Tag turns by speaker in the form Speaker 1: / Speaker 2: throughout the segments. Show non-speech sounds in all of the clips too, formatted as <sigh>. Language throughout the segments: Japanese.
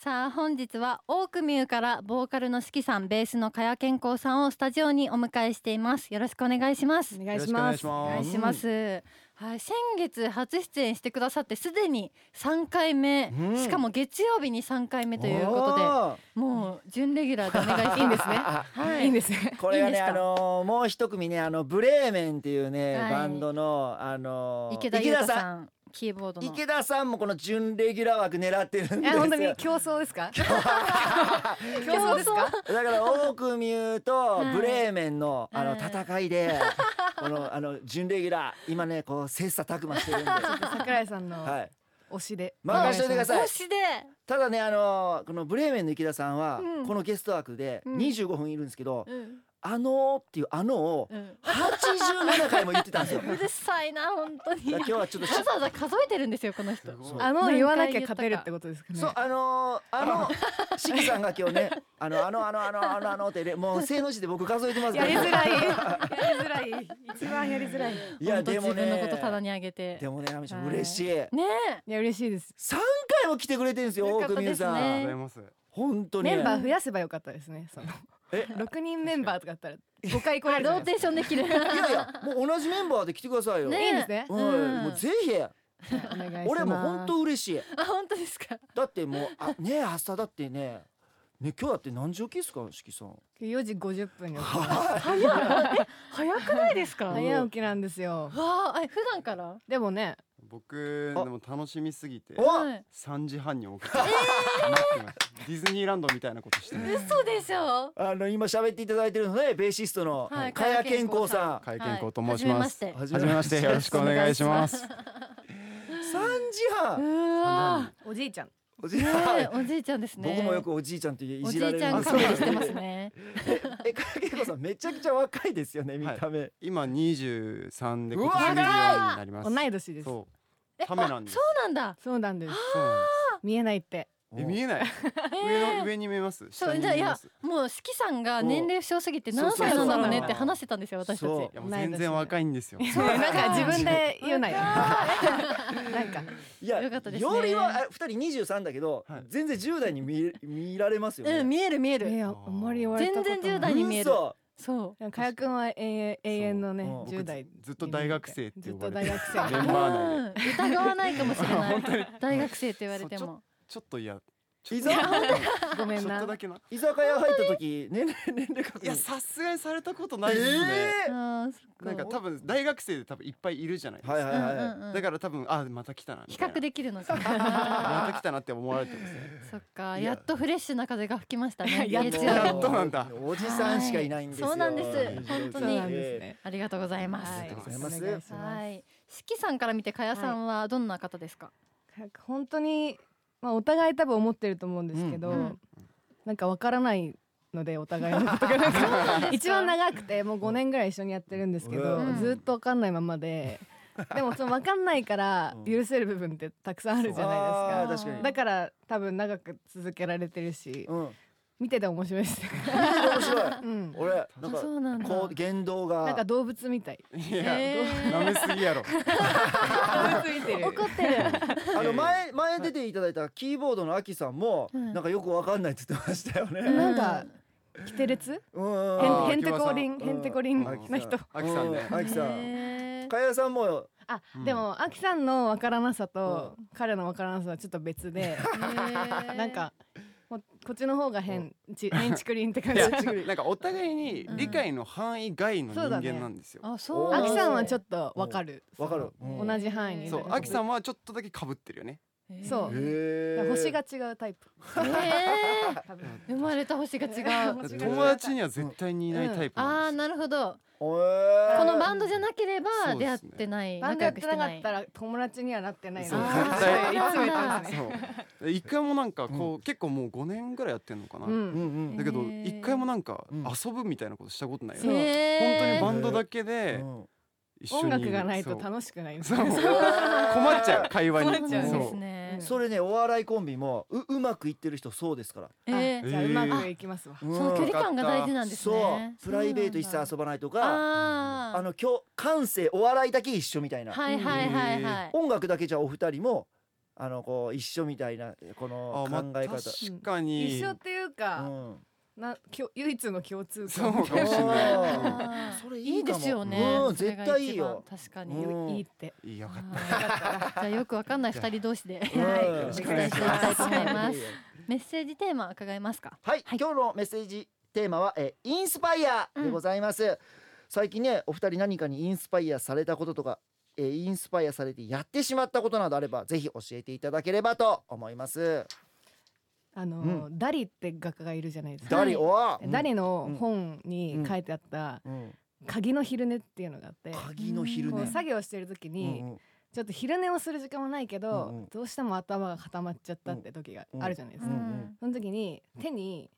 Speaker 1: さあ本日はオークミューからボーカルのしきさんベースの加谷健康さんをスタジオにお迎えしていますよろしくお願いします
Speaker 2: お願いします
Speaker 3: よろ
Speaker 1: お願い
Speaker 3: し
Speaker 1: します、はい先月初出演してくださってすでに3回目、
Speaker 3: うん
Speaker 1: しかも月曜日に3回目
Speaker 3: く
Speaker 1: と
Speaker 3: お願い
Speaker 1: い
Speaker 3: し
Speaker 1: う
Speaker 3: ま
Speaker 1: こ
Speaker 3: す
Speaker 1: とで
Speaker 3: おー
Speaker 1: もう準レギュラーでお願いしていいん
Speaker 3: <laughs>
Speaker 1: ですねはい
Speaker 2: いいんです <laughs> ね。
Speaker 3: これが
Speaker 1: いいんで
Speaker 3: ね
Speaker 1: すか
Speaker 3: あのーもう一組ねあのブレーメンっていうね、
Speaker 1: はい
Speaker 3: バンドのあのー
Speaker 1: 池田優太さんキーボードの
Speaker 3: 池田さん池田さんもこの準レギュラー枠狙ってるん
Speaker 2: い
Speaker 3: で
Speaker 2: や
Speaker 3: すよ
Speaker 2: 本当に競争ですか？競争ですか？
Speaker 3: だからオークミューと
Speaker 1: はい
Speaker 3: ブレーメンの、あ
Speaker 1: は
Speaker 3: の
Speaker 1: い
Speaker 3: 戦
Speaker 1: <laughs>
Speaker 3: いで、このあの準レギュラー今ねこう切磋琢磨し
Speaker 1: <laughs>
Speaker 3: てるんで、は
Speaker 2: 桜井さんの
Speaker 3: い、
Speaker 2: 推しで。
Speaker 3: 任せといてください
Speaker 1: 推しで
Speaker 3: ただねあのこのブレーメンの池田さんは、
Speaker 1: うん
Speaker 3: このゲスト枠で
Speaker 1: うん
Speaker 3: 25分いるんですけど、
Speaker 1: うん
Speaker 3: あのーっていうあのを
Speaker 1: うん
Speaker 3: 87回も言ってたん
Speaker 1: <laughs>
Speaker 3: ですよ。だ
Speaker 1: うるさいな本当に
Speaker 3: か
Speaker 1: わ
Speaker 3: ら今日はちょっとし
Speaker 1: ざわざ数えてるんですよこの人
Speaker 3: そう
Speaker 2: あの言わなきゃ勝てるってことですかね。
Speaker 3: そうあのー、あのしきさんが今日
Speaker 1: <laughs>
Speaker 3: ねあのあのあのあのあのあのってねもう正の字で僕数えてますか
Speaker 2: や
Speaker 3: ら、
Speaker 2: り
Speaker 3: ね
Speaker 2: づ、らい。やりづらい。一番やりづらい。い
Speaker 3: いや
Speaker 1: 本当
Speaker 3: でも
Speaker 1: 自分のこと棚
Speaker 3: ね
Speaker 1: にあげて
Speaker 3: でもねあみちゃん
Speaker 1: はい
Speaker 3: 嬉しい
Speaker 1: ね
Speaker 2: や嬉しいです。
Speaker 3: 三回も来てくれてるんですよ
Speaker 1: よか
Speaker 3: 大
Speaker 1: った
Speaker 3: 久美
Speaker 1: ですね
Speaker 3: さん、
Speaker 4: ありがとうございます。
Speaker 3: 本当に
Speaker 2: メンバー増やせばよかったですね。その
Speaker 3: え
Speaker 2: 六人メンバーとかだったら五回来ら
Speaker 1: え
Speaker 2: れるじゃ
Speaker 1: ロー
Speaker 2: ないで
Speaker 1: テーションできる
Speaker 3: いやいやもう同じメンバーで来てくださいよ、
Speaker 2: ねいいんですね
Speaker 3: はい
Speaker 1: うん
Speaker 3: もうぜひ
Speaker 2: すか。お願いします。
Speaker 3: 俺はもう本当嬉しい
Speaker 1: あ本当ですか
Speaker 3: だってもうあねえ朝だってねね今日だって何時起きですかしきさん
Speaker 2: 四時五十分に起き
Speaker 1: 早いえ早くないですか
Speaker 2: た。
Speaker 1: わ
Speaker 2: 早起きなんですよ。
Speaker 1: あえ普段から
Speaker 2: でもね、
Speaker 4: 僕
Speaker 3: あ
Speaker 4: でも楽しみすぎて
Speaker 3: お
Speaker 1: はい
Speaker 4: 三時半に起きて、待ってましたディズニーランドみたいなことしてます。
Speaker 1: 嘘でしょ
Speaker 3: あの今喋っていただいてるのねベーシストの
Speaker 1: はい
Speaker 3: 加谷健康さん
Speaker 4: 海
Speaker 1: はい
Speaker 4: 健康と申します。
Speaker 1: 初めまして
Speaker 3: は
Speaker 4: はじめましてよろしくお願いします。
Speaker 3: 三時半
Speaker 1: うわ
Speaker 2: おじいちゃん。
Speaker 3: おじい
Speaker 1: ね
Speaker 3: ち
Speaker 1: え
Speaker 3: ゃん
Speaker 1: おじいちゃんですね
Speaker 3: 僕もよくおじいちゃんってい
Speaker 1: おじ
Speaker 3: じ
Speaker 1: い
Speaker 3: られ
Speaker 1: ちゃ
Speaker 3: る
Speaker 1: ん
Speaker 3: んで
Speaker 1: カ
Speaker 3: す
Speaker 1: メ
Speaker 3: けど
Speaker 1: ラしてますね
Speaker 3: え加谷健康さんめちゃくちゃ若いですよね見た目、
Speaker 4: 今二十三で
Speaker 3: う
Speaker 4: 今
Speaker 3: わ
Speaker 4: 年二十四になります。
Speaker 2: 同い年です。
Speaker 4: そ
Speaker 1: え
Speaker 4: う。ためなんです
Speaker 1: そ。うなんだ
Speaker 2: そうなんです。
Speaker 4: そうなん
Speaker 2: 見えないって。
Speaker 4: ですえ見えない。上
Speaker 1: え
Speaker 4: の
Speaker 1: え
Speaker 4: 上に見えます。
Speaker 1: そ
Speaker 4: 下
Speaker 1: う
Speaker 4: に
Speaker 1: じ
Speaker 4: 見
Speaker 1: ゃあい
Speaker 4: えま
Speaker 1: や
Speaker 4: す。
Speaker 1: もう四季さんが年齢不詳すぎて何歳なんだろうねって話してたんですよ私たち
Speaker 3: そう
Speaker 4: いやもう全然若いんですよ。
Speaker 2: なんか自分で言うなよ。なんか
Speaker 3: いや
Speaker 1: よかったですね
Speaker 3: よりはあ二人二十三だけど、
Speaker 4: はい
Speaker 3: 全然十代に見え見られますよね、
Speaker 1: うん見える見え
Speaker 2: い
Speaker 1: る
Speaker 2: やあんまり言われたことない。
Speaker 1: 全然10代に見える
Speaker 3: 嘘
Speaker 1: そう
Speaker 2: でも。かやくんは永遠永遠のね
Speaker 3: そう
Speaker 4: 僕
Speaker 2: 10代。
Speaker 4: ずっと大学生って
Speaker 2: ずっ
Speaker 4: 呼ば
Speaker 2: と
Speaker 4: れ
Speaker 2: 大
Speaker 4: て
Speaker 2: 学
Speaker 4: る
Speaker 2: 生。
Speaker 4: メ
Speaker 1: <laughs> うん
Speaker 4: ンバー内で
Speaker 1: 疑わないかもしれな
Speaker 4: 本当に
Speaker 1: い大学生と言われて
Speaker 4: そう
Speaker 1: も
Speaker 4: ちょっと嫌。
Speaker 3: 居酒屋
Speaker 2: ごめん
Speaker 4: ちょっ
Speaker 2: な
Speaker 4: と。だけな。
Speaker 3: 居酒屋入った時年齢年齢確認
Speaker 4: いやさすがにされたことないですね。
Speaker 3: え
Speaker 1: あーそっ
Speaker 4: なんか多分大学生で多分いっぱいいるじゃないですか。
Speaker 3: はいは
Speaker 1: う
Speaker 3: い
Speaker 1: ん
Speaker 3: は
Speaker 1: う
Speaker 3: い、
Speaker 1: んうん
Speaker 4: だから多分あまた来たなみ
Speaker 1: 比
Speaker 4: たいな
Speaker 1: 較できるのか
Speaker 4: また来たなって思われてますね。
Speaker 1: <laughs> そっか
Speaker 3: いや
Speaker 1: やっとフレッシュな風が吹きましたね
Speaker 2: やっと
Speaker 1: 月曜日
Speaker 4: やっと
Speaker 1: に
Speaker 4: なんだ
Speaker 3: おじさんしかいないんですよ、
Speaker 1: はいそうなんです本当
Speaker 2: そ
Speaker 1: に
Speaker 2: うなんですね。
Speaker 1: ありがとうございます
Speaker 2: は
Speaker 3: あり
Speaker 2: い。
Speaker 3: が
Speaker 2: お
Speaker 3: とうご
Speaker 2: 願
Speaker 3: ざいます
Speaker 2: いしま
Speaker 1: はいしきさんから見てかやさんはどんな方ですか
Speaker 2: す。本当にまあお互い多分思ってると思うんですけ
Speaker 1: うんう
Speaker 2: ど
Speaker 1: ん、
Speaker 2: なんかわからないのでお互いのことがな
Speaker 1: <laughs>
Speaker 2: んか一番長くてもう5年ぐらい一緒にやってるんですけど、
Speaker 1: うん
Speaker 2: ずっと分かんないままででもその分かんないから
Speaker 3: うん
Speaker 2: 許せる部分ってたくさんあるじゃない
Speaker 3: あー
Speaker 2: です
Speaker 3: 確か
Speaker 2: か
Speaker 3: に
Speaker 2: だから多分長く続けられてるし
Speaker 3: うん
Speaker 2: 見てて面白いです、
Speaker 3: 面白い
Speaker 2: うん、
Speaker 3: 俺なん
Speaker 1: あそうなん
Speaker 3: か
Speaker 1: だ
Speaker 3: こう言動が
Speaker 2: なんか動物みたい
Speaker 4: いや、
Speaker 1: えー
Speaker 4: 舐めすぎやろ。
Speaker 2: 動物見てる
Speaker 1: 怒ってる
Speaker 3: あの前前出ていただいたキーボードのアキさんも、
Speaker 1: うん
Speaker 3: なんかよくわかんないって言ってましたよね、
Speaker 1: うん
Speaker 2: なんかキテレツ
Speaker 3: うんうん
Speaker 2: ヘン
Speaker 4: あー
Speaker 2: ヘンテコリンヘンテコリン
Speaker 3: 秋葉さん
Speaker 4: う
Speaker 2: の
Speaker 4: ん
Speaker 2: 人
Speaker 4: アキさんね
Speaker 3: うアキさん
Speaker 1: へー
Speaker 3: かやさんも
Speaker 2: あ
Speaker 4: うん
Speaker 2: でもアキさんの分からなさと
Speaker 3: う
Speaker 2: 彼の分からなさはちょっと別 <laughs> で
Speaker 1: へー
Speaker 2: なんかもうこっちの方が変ち変ちくりんって感
Speaker 4: い
Speaker 2: じ
Speaker 4: やなんかお互いに理解の範囲外の人
Speaker 2: そうだね
Speaker 4: 間なんですよ。
Speaker 1: あそう
Speaker 2: <laughs> ア
Speaker 1: なん
Speaker 2: キ
Speaker 1: だ
Speaker 2: さんはちょっとわかる。
Speaker 3: わかる
Speaker 2: その
Speaker 3: うん
Speaker 2: 同じ範囲に。
Speaker 4: そう
Speaker 1: ね
Speaker 4: アキさんはちょっとだけ被ってるよね。
Speaker 1: へー
Speaker 2: そう
Speaker 1: へ
Speaker 3: へー
Speaker 2: 星が違うタイプ。
Speaker 1: ー
Speaker 2: 多分
Speaker 1: 生まれた星が違う
Speaker 2: 違う
Speaker 4: 友達には絶対にいないタイプ
Speaker 1: あ
Speaker 4: な
Speaker 1: あ
Speaker 4: んで
Speaker 1: なるほど
Speaker 3: お
Speaker 1: こ
Speaker 3: ー
Speaker 1: のバンドじゃなければ
Speaker 4: そ
Speaker 1: 出
Speaker 4: うで
Speaker 1: 会っ
Speaker 4: すね
Speaker 1: てない
Speaker 2: バンド
Speaker 1: 仲良
Speaker 2: やっ
Speaker 1: く
Speaker 2: て
Speaker 1: して
Speaker 2: な
Speaker 1: な
Speaker 2: かっ
Speaker 1: い
Speaker 2: たら友達にはなってないの。
Speaker 4: そう
Speaker 2: あー
Speaker 4: 絶対
Speaker 2: いつも言ってます
Speaker 4: す
Speaker 2: ね。
Speaker 4: よ。そう。一回もなんかこう結構もう五年ぐらいやってんのかな
Speaker 2: う。
Speaker 3: うん
Speaker 2: ん。
Speaker 3: うん
Speaker 4: だけど
Speaker 1: へー
Speaker 4: 一回もなんか
Speaker 3: うん
Speaker 4: 遊ぶみたいなことしたことないよ
Speaker 2: そう
Speaker 4: ね。本当
Speaker 1: へ
Speaker 4: に
Speaker 1: ー
Speaker 4: バンドだけ
Speaker 3: う
Speaker 4: で
Speaker 3: ん
Speaker 4: 一緒に
Speaker 2: 音楽がない
Speaker 4: そ
Speaker 2: と
Speaker 4: う
Speaker 2: 楽しくないんです
Speaker 4: <laughs> そ
Speaker 2: <laughs> よ。
Speaker 4: う困っちゃ <laughs> う会話に
Speaker 2: 困っちゃう
Speaker 1: そう
Speaker 2: んで
Speaker 1: で
Speaker 2: そ
Speaker 1: すね
Speaker 3: <laughs> それねお笑いコンビもううまくいってる人そうですから
Speaker 1: え
Speaker 2: あ
Speaker 1: ー
Speaker 2: じゃあ
Speaker 4: え
Speaker 2: う
Speaker 4: ー
Speaker 2: まくいきますわ。
Speaker 1: その距離感が大事なんです
Speaker 3: そう
Speaker 1: ね
Speaker 3: プライベート一切遊ばないとか
Speaker 1: あ
Speaker 3: あ
Speaker 1: ー
Speaker 3: の今日感性お笑いだけ一緒みたいな
Speaker 1: はいはいはいはい
Speaker 3: 音楽だけじゃお二人もあのこう一緒みたいなこの
Speaker 4: あまあ
Speaker 3: 考え方。
Speaker 4: 確かに
Speaker 2: 一緒っていうか、
Speaker 3: うん
Speaker 2: なきょ唯一の共通
Speaker 4: そう
Speaker 2: 点
Speaker 4: かもしれ
Speaker 2: <laughs>
Speaker 4: な
Speaker 1: あー
Speaker 3: それいい
Speaker 1: いいですよね
Speaker 3: かもうん
Speaker 1: それが
Speaker 3: 絶対いいよ
Speaker 1: 一番確か
Speaker 4: う
Speaker 1: に
Speaker 4: ん
Speaker 2: いいって
Speaker 4: いいいよかっ
Speaker 1: あーじゃあよくわかんない二人同士で
Speaker 3: うん
Speaker 2: はい
Speaker 3: うん
Speaker 2: よろ
Speaker 1: お
Speaker 2: しくお
Speaker 1: 伝
Speaker 2: 願
Speaker 1: えし
Speaker 2: い
Speaker 1: て
Speaker 2: し
Speaker 1: いきたい
Speaker 2: ます
Speaker 1: と思いま
Speaker 3: いや
Speaker 1: す
Speaker 3: いやいや
Speaker 1: メッセージテーマ伺えますか
Speaker 3: はい、今日のメッセージテーマは、えーインスパイアでございます、最近ねお二人何かにインスパイアされたこととか、えーインスパイアされてやってしまったことなどあればぜひ教えていただければと思います
Speaker 2: あの、ダリって画家がいるじゃないですか
Speaker 3: ダリお
Speaker 2: ダリ
Speaker 3: うん
Speaker 2: の本に書いてあった
Speaker 3: うん
Speaker 2: 「鍵の昼寝」っていうのがあって、
Speaker 3: 鍵の昼
Speaker 2: こう
Speaker 3: 寝
Speaker 2: 作業してる時に、
Speaker 4: うんうん
Speaker 2: ちょっと昼寝をする時間はないけど、
Speaker 4: うんうん
Speaker 2: どうしても頭が固まっちゃったって時があるじゃないです
Speaker 1: う
Speaker 2: か、
Speaker 1: ん
Speaker 2: その時に手に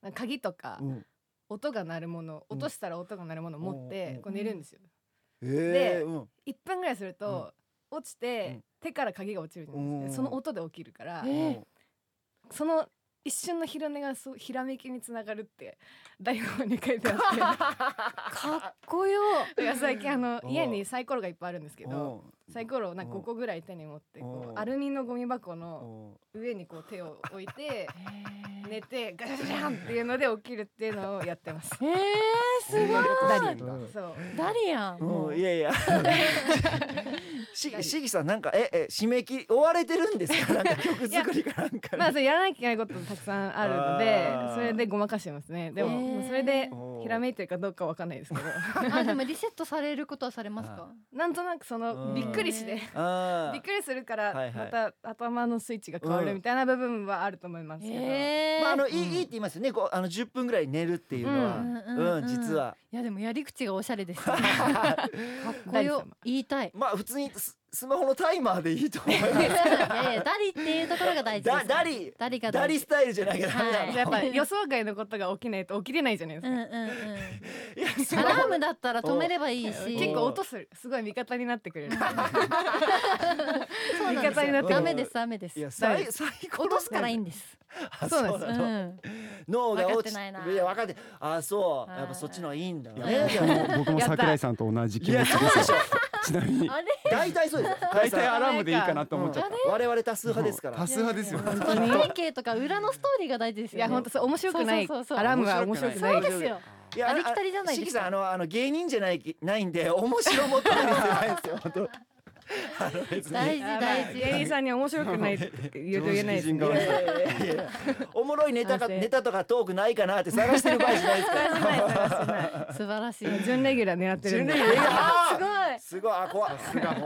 Speaker 2: なんか鍵とか
Speaker 4: ん
Speaker 2: 音が鳴るもの
Speaker 3: うん
Speaker 2: 落としたら音が鳴るものを持っ
Speaker 3: うんう
Speaker 2: て
Speaker 3: ん
Speaker 2: こう寝るんですよ
Speaker 3: え
Speaker 2: で
Speaker 3: ーうん
Speaker 2: 1分ぐらいすると落ち
Speaker 3: う
Speaker 2: て
Speaker 3: ん
Speaker 2: 手から鍵が落ちるじゃないです
Speaker 4: うん
Speaker 2: かその音で起きるから
Speaker 1: えー
Speaker 2: その一瞬の昼寝がそうひらめきにつながるって台本に書いてあ
Speaker 1: かっこよ
Speaker 2: ってい
Speaker 3: <laughs>
Speaker 2: や最近あの
Speaker 3: うん
Speaker 2: 家にサイコロがいっぱいあるんですけど
Speaker 3: うん
Speaker 2: サイコロをなんか
Speaker 3: うん
Speaker 2: 5個ぐらい手に持ってこ
Speaker 3: うん
Speaker 2: うアルミのゴミ箱
Speaker 3: う
Speaker 2: の
Speaker 3: ん
Speaker 2: 上にこう手を置い
Speaker 3: <laughs>
Speaker 2: て寝てガシャガシャンっていうので起きるっていうのをやって
Speaker 3: <laughs>
Speaker 2: ます。
Speaker 1: えー、すごい
Speaker 4: ダリ
Speaker 3: うん
Speaker 2: そう
Speaker 1: ダリアンも
Speaker 3: う、
Speaker 1: うん
Speaker 3: い
Speaker 1: <laughs>
Speaker 3: やいやししぎさんなんかええ締め切り追われてるんですか <laughs> なんか曲作りかなんかに
Speaker 2: まあそれやらなきゃいけないことたくさんあるの
Speaker 3: あー
Speaker 2: でそれでごまかしてますねでも
Speaker 1: へー
Speaker 2: もうそれで
Speaker 3: おー
Speaker 2: ひらめいてるかどうかわかんないですけど
Speaker 1: あでもリセットされることはされますか
Speaker 2: なんとなくそ
Speaker 3: うん
Speaker 2: のびっくりして
Speaker 3: あー
Speaker 2: びっくりするか
Speaker 3: は
Speaker 2: ら
Speaker 3: いは
Speaker 2: ま
Speaker 3: い
Speaker 2: た頭のスイッチが変わるみたいな部分はあると思いますけど
Speaker 1: えー
Speaker 3: まあ、あの、
Speaker 1: い
Speaker 3: いい、いいって言いますよね、こう、あの、十分ぐらい寝るっていうのは、う
Speaker 2: うん
Speaker 1: んうんうん
Speaker 3: 実は。 <laughs>
Speaker 1: やでもやり口がおしゃれですねかっこ
Speaker 2: ダリ
Speaker 1: よ
Speaker 2: 様
Speaker 1: 言いたい
Speaker 3: まあ、普通にス、スマホのタイマーでいいと思い
Speaker 1: <laughs> い
Speaker 3: ま
Speaker 1: やいやダリっていうところが大事です
Speaker 3: だダリ
Speaker 1: ダリが
Speaker 3: す。ダリ
Speaker 1: 大
Speaker 3: ス
Speaker 1: 事
Speaker 3: タイルじゃなきゃダメだ
Speaker 1: は
Speaker 3: な。
Speaker 1: い
Speaker 2: やっぱ予想外のことが起きないと起きれないじゃないで
Speaker 1: うん
Speaker 2: す
Speaker 1: うん
Speaker 2: か
Speaker 1: うん
Speaker 3: いやス
Speaker 1: ア
Speaker 3: マ
Speaker 1: ラー
Speaker 3: ホ
Speaker 1: ムだったら止めればいいし
Speaker 2: 結構音するすごい味方になってくれる
Speaker 1: そうなんで
Speaker 2: 味方
Speaker 1: す
Speaker 2: にな
Speaker 1: よ
Speaker 2: ってく
Speaker 1: ダ
Speaker 2: れ
Speaker 1: メ
Speaker 2: る
Speaker 1: ですダメです
Speaker 3: いや、さい、
Speaker 2: ダ
Speaker 3: 最高
Speaker 1: 落とすからいいんです
Speaker 2: そうなんで
Speaker 1: う
Speaker 2: す
Speaker 3: なの
Speaker 1: ん
Speaker 3: 脳が
Speaker 1: 分かっ
Speaker 3: 落
Speaker 1: て
Speaker 3: ち。
Speaker 1: ないな
Speaker 3: や、分かって。あ、そう、
Speaker 1: はい
Speaker 3: やっぱ、そっちの方がいいんだ
Speaker 4: い
Speaker 3: ね。じ
Speaker 4: や
Speaker 3: ゃあ
Speaker 4: 僕も僕も桜井さんと同じ気持ちですよちなみに
Speaker 1: あれ
Speaker 3: 大体そうですよ。
Speaker 4: 大体
Speaker 3: あ
Speaker 4: アラームでいいかなと思っちゃっ
Speaker 3: 我々多数
Speaker 4: た
Speaker 3: 派ですから。
Speaker 4: 多数派ですよ
Speaker 1: 本当に背景とか裏のストーリーが大事ですよ
Speaker 2: い
Speaker 1: ね
Speaker 2: や本当そう面白くない
Speaker 1: そうそうそう
Speaker 2: アラームは面白くない
Speaker 1: そうですよ
Speaker 3: いや
Speaker 1: ありきたりじゃない
Speaker 3: あ
Speaker 1: ですか
Speaker 3: しぎさんあのあの芸人じゃないきないんで面白求めてないですよ本当。あの別に
Speaker 1: 大事
Speaker 2: あまあ
Speaker 1: 大
Speaker 2: 芸人
Speaker 1: 事
Speaker 2: さんに面白くないって言うと言えないです
Speaker 4: 常識人が
Speaker 3: いやいやいやいやおもろいネタか
Speaker 2: 反省
Speaker 3: ネタとかトークないかなって探してる場合じゃないですから。
Speaker 1: <laughs> 素晴らしい
Speaker 2: 準レギュラー狙ってるんで
Speaker 3: 純烈あ
Speaker 1: すごい
Speaker 3: ーすごいあ怖い。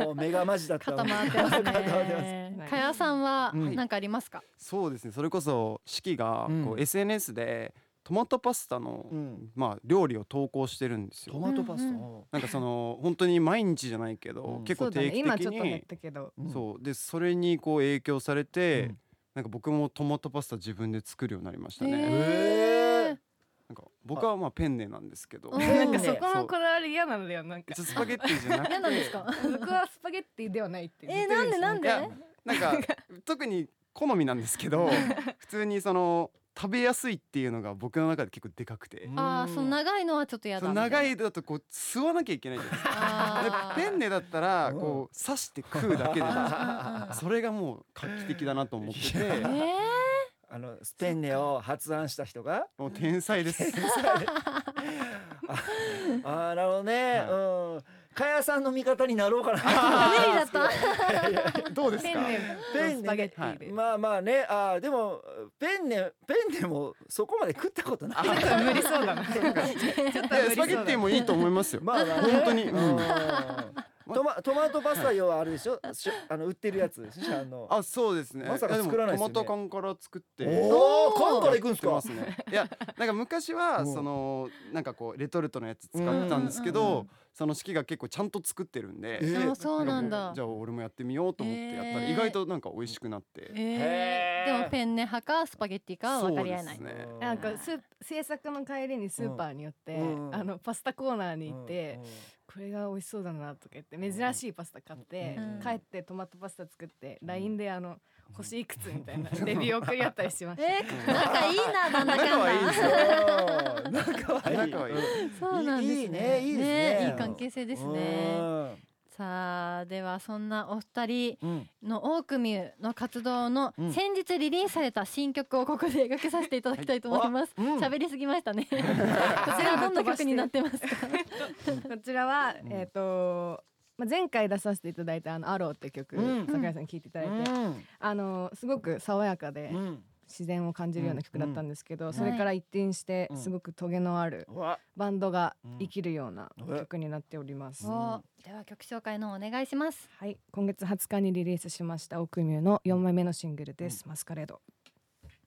Speaker 3: もう目がマジだったわ。
Speaker 1: 肩回ってます
Speaker 3: 肩回ってます
Speaker 1: ねかやさんは
Speaker 4: うん
Speaker 1: 何かありますか
Speaker 4: そうですねそれこそ四季が
Speaker 3: う
Speaker 4: こ
Speaker 3: ん
Speaker 4: う SNS でトマトパスタの
Speaker 3: うん
Speaker 4: まあ料理を投稿してるんです
Speaker 3: ト
Speaker 4: よ
Speaker 3: マトパスタ。
Speaker 1: うん
Speaker 4: なんかその本当に毎日じゃないけ
Speaker 3: う
Speaker 4: ど
Speaker 3: ん
Speaker 4: 結
Speaker 2: そう
Speaker 4: 構
Speaker 2: だね
Speaker 4: 定期
Speaker 2: 今
Speaker 4: 的
Speaker 2: ちょっと減っ
Speaker 4: に
Speaker 2: たけど
Speaker 3: うん
Speaker 4: そうでそれにこう影響され
Speaker 3: う
Speaker 4: て
Speaker 3: ん
Speaker 4: なんか僕もトマトパスタ自分で作るようになりましたね
Speaker 1: へー
Speaker 4: なんか僕はまあペンネなんですけど
Speaker 1: うん
Speaker 4: <laughs>
Speaker 2: な
Speaker 1: うんん
Speaker 2: かそこのこだわり嫌なのだよなんか
Speaker 4: スパゲッティじゃなくて
Speaker 1: 嫌なんですか
Speaker 2: 僕はスパゲッティではないって
Speaker 1: えーなんで <laughs> なん
Speaker 4: い
Speaker 1: で
Speaker 4: やなんか特に好みなんですけど <laughs> 普通にその食べやすいっていうのが僕の中で結構でかくて
Speaker 1: あーその長いのはちょっと嫌
Speaker 4: そ
Speaker 1: だ
Speaker 4: の長
Speaker 1: い
Speaker 4: いだとこう吸わなきゃいけないじゃないですかで
Speaker 1: あ
Speaker 4: ペンネだったらこう刺して食うだけで
Speaker 1: あ <laughs>
Speaker 4: それがもう画期的だなと思ってて
Speaker 1: えー
Speaker 3: あのスペンネを発案した人が。
Speaker 4: もう天
Speaker 1: <laughs>
Speaker 4: 才です
Speaker 3: あーなるほどね。うん。かやさんの味方になろうかな。
Speaker 1: 無理だった
Speaker 4: どうですか
Speaker 2: ペンネのスパゲッティで、
Speaker 3: まあまあね。あーでもペンネペンネもそこまで食ったことない。
Speaker 2: ちょっと無理そうだなちょっと無理そう
Speaker 4: い
Speaker 2: だ
Speaker 4: やスパゲッティもいいと思いますよ
Speaker 3: <laughs> まあまあね
Speaker 4: 本当にうん
Speaker 3: うんトマトマトパスタ要はあれでしょ。しあの売ってるやつでしょ。あの。
Speaker 4: あそうですね
Speaker 3: まさか作らないですよね
Speaker 4: やでもトマト缶から作って
Speaker 3: おお
Speaker 1: おー
Speaker 3: 缶から行くん
Speaker 4: 作
Speaker 3: す
Speaker 4: ってま
Speaker 3: か
Speaker 4: す。ね。いやなんか昔
Speaker 3: う
Speaker 4: は
Speaker 3: ん
Speaker 4: そのなんかこうレトルトのやつ使ってたんですけ
Speaker 1: うんうんうん
Speaker 4: ど、その式が結構ちゃんと作ってるんで。
Speaker 3: え
Speaker 1: あそうなん
Speaker 4: かも
Speaker 1: だ
Speaker 4: うじゃあ俺もやってみようと思ってやったら
Speaker 1: へー
Speaker 4: 意外となんか美味しくなって。
Speaker 1: えー
Speaker 3: へー
Speaker 1: でもペンネ派かスパゲッティか分かり合えない
Speaker 4: そうですね
Speaker 2: なんかスー制作の帰りにスーパーに寄って、
Speaker 3: うん
Speaker 2: あのパスタコーナーに行って、
Speaker 3: うんうん
Speaker 2: これが美味しそうだなとか言って珍しいパスタ買って、
Speaker 1: うん
Speaker 2: 帰ってトマトパスタ作って、LINE であの星いくつみたいなレビュー送り合ったりしました。
Speaker 1: えーなんかいいななんだ
Speaker 4: 仲 <laughs>
Speaker 1: か
Speaker 4: はいい
Speaker 1: ん
Speaker 4: で
Speaker 1: だ
Speaker 4: すよ。
Speaker 3: うん仲はいい。
Speaker 4: 仲はいい
Speaker 3: うん
Speaker 1: そうなんですね
Speaker 3: いいねいいですね
Speaker 1: いい関係性です
Speaker 3: う
Speaker 1: ね
Speaker 3: ん
Speaker 1: ささあではそんなお二人
Speaker 3: うん、
Speaker 1: のオークミューの活動の
Speaker 3: うん
Speaker 1: 先日リリースされた新曲をここで描けさせていただきたいと思い
Speaker 4: <laughs>
Speaker 1: ます。
Speaker 3: うん
Speaker 1: 喋りすぎましたね。こちらはどんな曲になってますか。
Speaker 2: こちらは、
Speaker 3: うん
Speaker 2: えっ、と、まあ、前回出させていただいたあのアローって曲、
Speaker 3: うん
Speaker 2: 酒井さん聞いていただいて、あのすごく爽やかで
Speaker 3: うんうん
Speaker 2: 自然を感じるような曲だったんですけど、
Speaker 3: ん
Speaker 2: それから一転して
Speaker 3: はい
Speaker 2: すごくトゲのある
Speaker 3: うわ
Speaker 2: バンドが
Speaker 3: うん
Speaker 2: 生きるような
Speaker 3: うん
Speaker 2: 曲になっております。
Speaker 3: うん
Speaker 1: <laughs> おでは曲紹介のお願いします。
Speaker 2: はい、今月20日にリリースしました奥ミューの4枚目のシングルです、マスカレード。